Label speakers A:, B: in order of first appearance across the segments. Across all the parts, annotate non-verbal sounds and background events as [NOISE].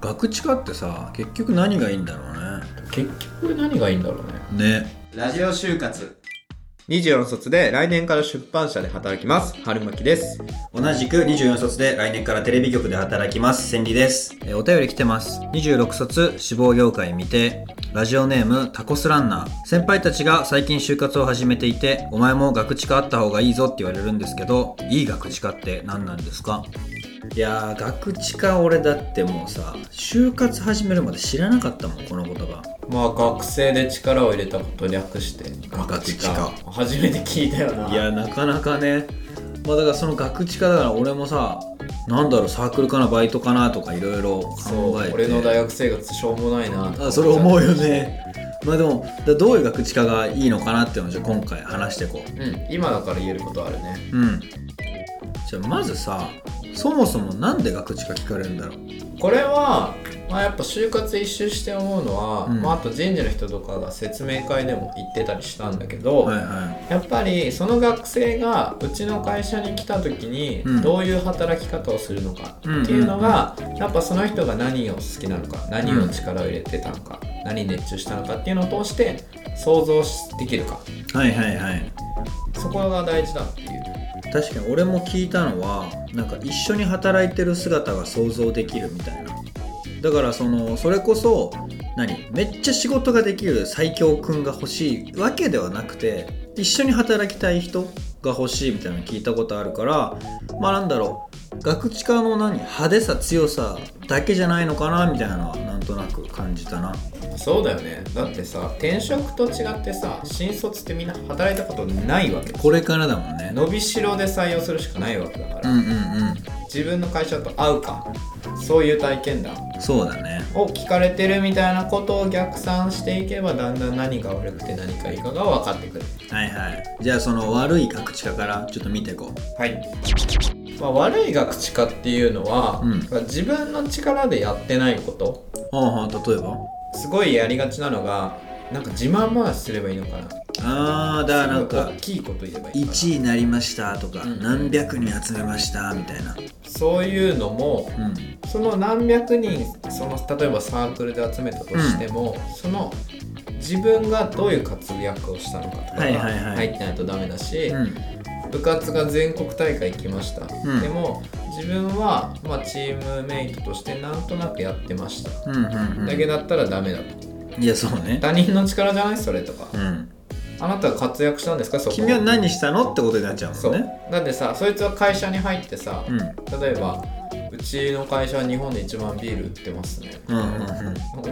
A: ガクチカってさ結局何がいいんだろう
B: 結局何がいいんだろうね
A: ねね
C: ラジオ就活
D: 24卒で来年から出版社で働きます春巻です
C: 同じく24卒で来年からテレビ局で働きます千里です
A: えーお便り来てます26卒志望業界未定ラジオネームタコスランナー先輩たちが最近就活を始めていてお前もガクチカあった方がいいぞって言われるんですけどいいガクチカって何なんですかいやーガクチカ俺だってもうさ就活始めるまで知らなかったもんこの言葉
B: まあ学生で力を入れたこと略して
A: ガチ
B: ガ
A: カ
B: チカ初めて聞いたよない
A: やなかなかねまあだからそのガクチカだから俺もさなんだろうサークルかなバイトかなとかいろいろ
B: そう
A: 考えて
B: 俺の大学生活しょうもないな
A: あそれ思うよねまあでもだどういうガクチカがいいのかなっていうのをじゃあ今回話していこ
B: うん今だから言えることあるね
A: ううんじゃあまずさそもそもなんでガクチカ聞かれるんだろう
B: これは、まあ、やっぱ就活一周して思うのは、
A: うん
B: まあ、あと人事の人とかが説明会でも言ってたりしたんだけど、
A: はいは
B: やっぱりその学生がうちの会社に来た時に
A: うん
B: どういう働き方をするのかっていうのがやっぱその人が何を好きなのか何を力を入れてたのか何に熱中したのかっていうのを通して想像できるか
A: いはいはいはい
B: そこが大事だっていう
A: 確かに俺も聞いたのはなんか一緒に働いてる姿が想像できるみたいなだからそのそれこそ何めっちゃ仕事ができる最強くんが欲しいわけではなくて一緒に働きたい人が欲しいみたいなの聞いたことあるからまあなんだろうガクチカの何派手さ強さだけじゃないのかなみたいなのはなんとなく感じたな
B: そうだよねだってさ転職と違ってさ新卒ってみんな働いたことないわけ
A: これからだもんね
B: 伸びしろで採用するしかないわけだか
A: う
B: ら、
A: んうんう
B: 自分の会社と合うかそういう体験談
A: んそうだね
B: を聞かれてるみたいなことを逆算していけばだんだん何が悪くて何かいいかが分かってくる
A: はいはいじゃあその悪いガクチカからちょっと見ていこう
B: はい、まあ、悪い学知化っていうのは、
A: うん
B: 自分の力でやってないこと
A: ほうほう例えば
B: すごいやりがちなのがなんか自慢話すればいいのかな
A: ああだからなんか
B: 大きいこと言えばいいのかな
A: 1位になりましたとか、
B: うん
A: 何百人集めましたみたいな、
B: そういうのも
A: うん、
B: その何百人その例えばサークルで集めたとしても、その自分がどういう活躍をしたのかとかが
A: はいはいはい
B: 入ってないとダメだし、
A: うん
B: 部活が全国大会行きました、
A: うん
B: でも自分は、まあ、チームメイトとしてなんとなくやってました、
A: うんうん
B: だけだったらダメだと
A: いやそうね、
B: 他人の力じゃないそれとか、
A: うん、
B: あなたは活躍したんですかそこ
A: 君は何したのってことになっちゃう
B: そ
A: も
B: うん
A: ね
B: だってさそいつは会社に入ってさ、
A: うん
B: 例えばうちの会社は日本で一番ビール売ってますね、
A: うんうん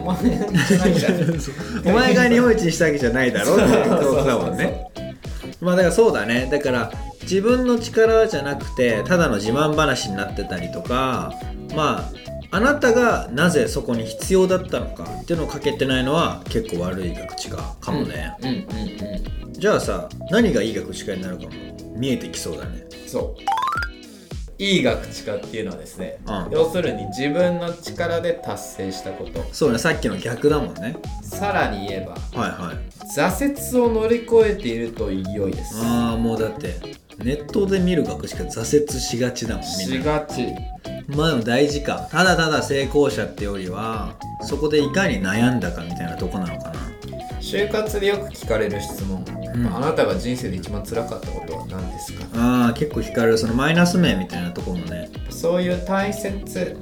B: お前じゃないじゃん
A: [LAUGHS] うん、お前が日本一にしたわけじゃないだろってことだもんね
B: ね
A: まあだからそうだねだから自分の力じゃなくてただの自慢話になってたりとかまああなたがなぜそこに必要だったのかっていうのをかけてないのは結構悪い学知がかもね、
B: うんうんうん
A: じゃあさ何がいい学知科になるかも見えてきそうだね
B: そういい学知化っていうのはですね、
A: うん
B: 要するに自分の力で達成したこと
A: そうねさっきの逆だもんね
B: さらに言えば
A: はいはい
B: 挫折を乗り越えていると良いです
A: ああもうだってネットで見る学しか挫折しがちだもんみ
B: し
A: んな
B: がち
A: まあでも大事かただただ成功者ってよりはそこでいかに悩んだかみたいなとこなのかな
B: 就活でよく聞かれる質問、
A: うん
B: あなたが人生で一番辛かったことは何ですか
A: ああ結構惹かれるそのマイナス面みたいなとこもね
B: そういう大切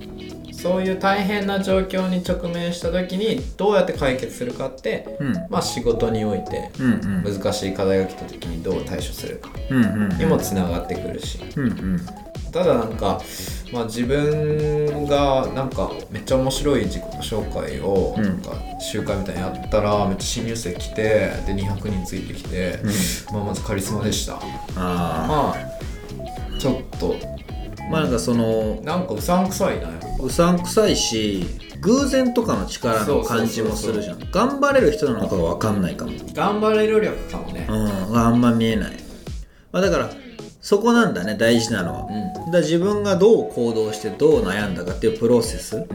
B: そういう大変な状況に直面した時にどうやって解決するかって、
A: うん
B: まあ仕事において
A: うんうん
B: 難しい課題が来た時にどう対処するか
A: うんうん
B: にもつながってくるし
A: うんうん
B: ただなんか、まあ、自分がなんかめっちゃ面白い自己紹介を
A: うん
B: なんか集会みたいにやったらめっちゃ新入生来てで200人ついてきて、まあ、まずカリスマでした
A: あ
B: まあちょっと
A: あまあなんかその
B: なんかうさんくさいなやっぱ
A: うさんくさいし偶然とかの力の感じもするじゃん頑張れる人なのかが分かんないかも
B: 頑張れる力かもね
A: うんがあんま見えない、まあ、だからそこなんだね大事なのは、
B: う
A: だか
B: ん
A: ら自分がどう行動してどう悩んだかっていうプロセス
B: う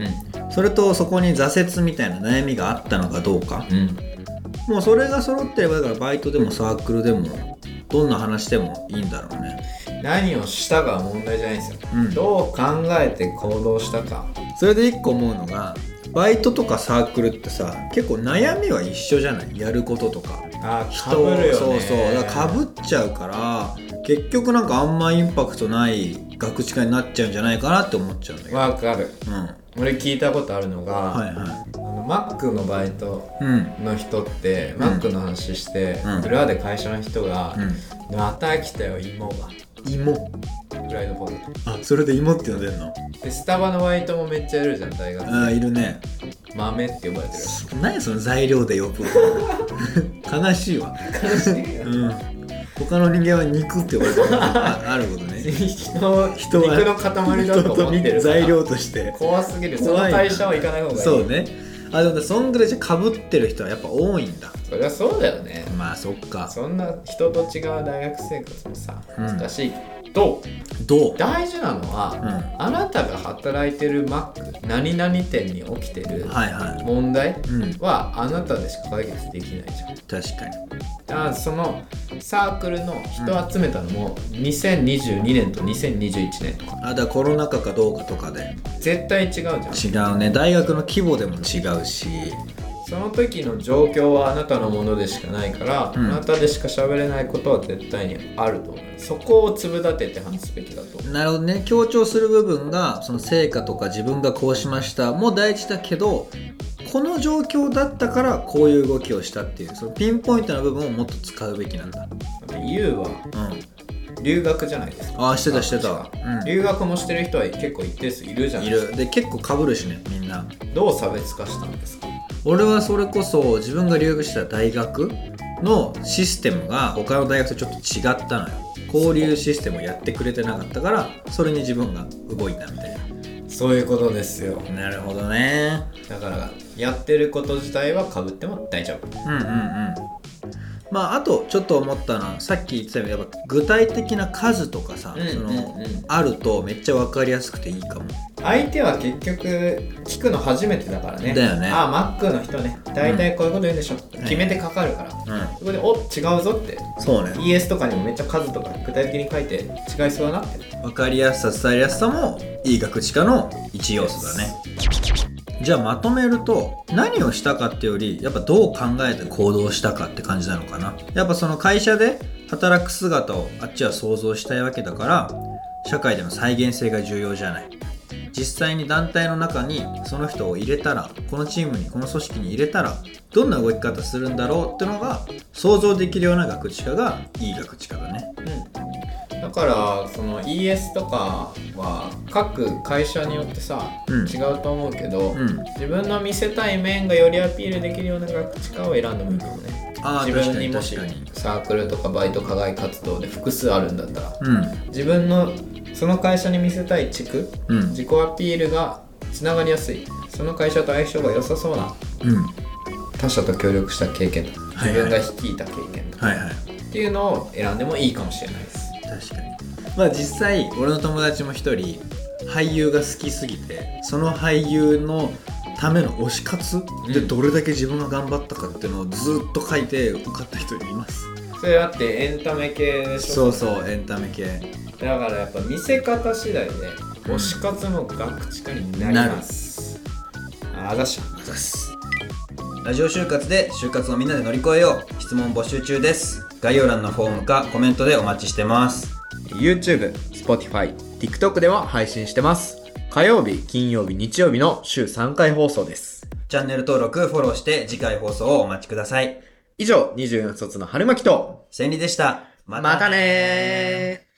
A: それとそこに挫折みたいな悩みがあったのかどうか
B: んうん
A: もうそれが揃ってればだからバイトでもサークルでもどんな話でもいいんだろうね
B: 何をしたかは問題じゃないんですよ、
A: うん
B: どう考えて行動したか
A: それで一個思うのがバイトとかサークルってさ結構悩みは一緒じゃないやることとか
B: あー
A: 人
B: かぶるよね
A: そうそうだからぶっちゃうから結局なんかあんまインパクトないガクチカになっちゃうんじゃないかなって思っちゃうんだけど、
B: ワークある
A: うんは
B: 俺聞いたことあるのが、
A: いは
B: あのマックのバイト
A: いうん
B: の人って、
A: ん
B: マックの話して、
A: うん
B: 裏で会社の人が、
A: う
B: また来たよ芋が
A: ん芋
B: フライドポテト
A: あそれで芋って呼んでんの
B: でスタバのバイトもめっちゃいるじゃん大学
A: あーいるね
B: 豆って呼ばれ
A: [LAUGHS]
B: てる
A: 何やその材料で呼ぶ [LAUGHS] 悲しいわうん他の人間は肉って呼ばれてるああることね
B: 人の
A: 人は
B: 肉の塊だと
A: [LAUGHS] 人
B: 思
A: と
B: ってるから
A: 材料として
B: 怖すぎるその
A: 怖いな
B: 会社は行かない方がいい
A: そうねあでもそんぐらいじゃかぶってる人はやっぱ多いんだ
B: そりゃそうだよね
A: まあそっか
B: そんな人と違う大学生活もさ
A: うん
B: 難しいと、
A: どう
B: 大事なのは、
A: うんは
B: あなたが働いてるマック何々店に起きてる
A: いは
B: 問題
A: いうん
B: はあなたでしか解決できないじゃん
A: 確かに
B: だからそのサークルの人を集めたのも2022年と2021年とか
A: あだからコロナ禍かどうかとかで
B: 絶対違うじゃ
A: 違
B: ん
A: うね大学の規模でも違うし
B: その時の状況はあなたのものでしかないから、
A: うん
B: あなたでしか喋れないことは絶対にあると思うそこを粒立てて話すべきだと思う
A: なるほどね強調する部分がその成果とか自分がこうしましたも大事だけどこの状況だったからこういう動きをしたっていうそのピンポイントな部分をもっと使うべきなんだ
B: 優は
A: うん
B: 留学じゃないですか
A: ああしてたしてた
B: 確、か留学もしてる人は結構一定数いるじゃ
A: うん、
B: ないいです
A: るで結構かぶるしねみんな
B: かどう差別化したんですか
A: 俺はそれこそ自分が留学してた大学のシステムが他の大学とちょっと違ったのよ交流システムをやってくれてなかったからそれに自分が動いたみたい
B: そういうことですよ
A: ななるほどね
B: だからやってること自体はかぶっても大丈夫
A: うんうんうんまああとちょっと思ったのはさっき言ってたようにやっぱ具体的な数とかさ、
B: うん
A: その
B: うんうん
A: あるとめっちゃ分かりやすくていいかも
B: 相手は結局聞くの初めてだからね
A: だよね
B: ああマックの人ね大体こういうこと言うんでしょ、決めてかかるから、
A: うん
B: そこでお違うぞって
A: そうね
B: ES とかにもめっちゃ数とか具体的に書いて違いそうだなって
A: 分かりやすさ伝えやすさもいい学知科の一要素だねじゃあまとめると何をしたかってよりやっぱどう考えて行動したかって感じなのかなやっぱその会社で働く姿をあっちは想像したいわけだから社会での再現性が重要じゃない実際に団体の中にその人を入れたらこのチームにこの組織に入れたらどんな動き方するんだろうってのが想像できるような学知科がいい学知科だね
B: うんだからその ES とかは各会社によってさ、
A: うん
B: 違うと思うけど、
A: うん
B: 自分の見せたい面がよりアピールできるような学知科を選んでもいいかもね
A: あー
B: 自分にも
A: 確
B: し
A: かに確か
B: サークルとかバイト課外活動で複数あるんだったら
A: うん
B: 自分のその会社に見せたい地区
A: うん
B: 自己アピールがつながりやすいその会社と相性が良さそうな
A: うん
B: 他者と協力した経験とか
A: はい
B: 自分が率いた経験とか
A: はいはい
B: っていうのを選んでもいいかもしれないです
A: 確かにまあ実際俺の友達も一人俳優が好きすぎてその俳優のための推し活で
B: うん
A: どれだけ自分が頑張ったかっていうのをずっと書いて受かった人います、
B: それだってエンタメ系でしょ
A: そうそうエンタメ系
B: だからやっぱ見せ方次第で推し活もガクチカになりますあざっしゃ
C: ラジオ就活で就活をみんなで乗り越えよう質問募集中です概要欄のフォームかコメントでお待ちしてます
D: YouTube、Spotify、TikTok では配信してます。火曜日、金曜日、日曜日の週3回放送です。
C: チャンネル登録フォローして次回放送をお待ちください
D: 以上、24卒の春巻きと、
C: 千里でした
D: またねー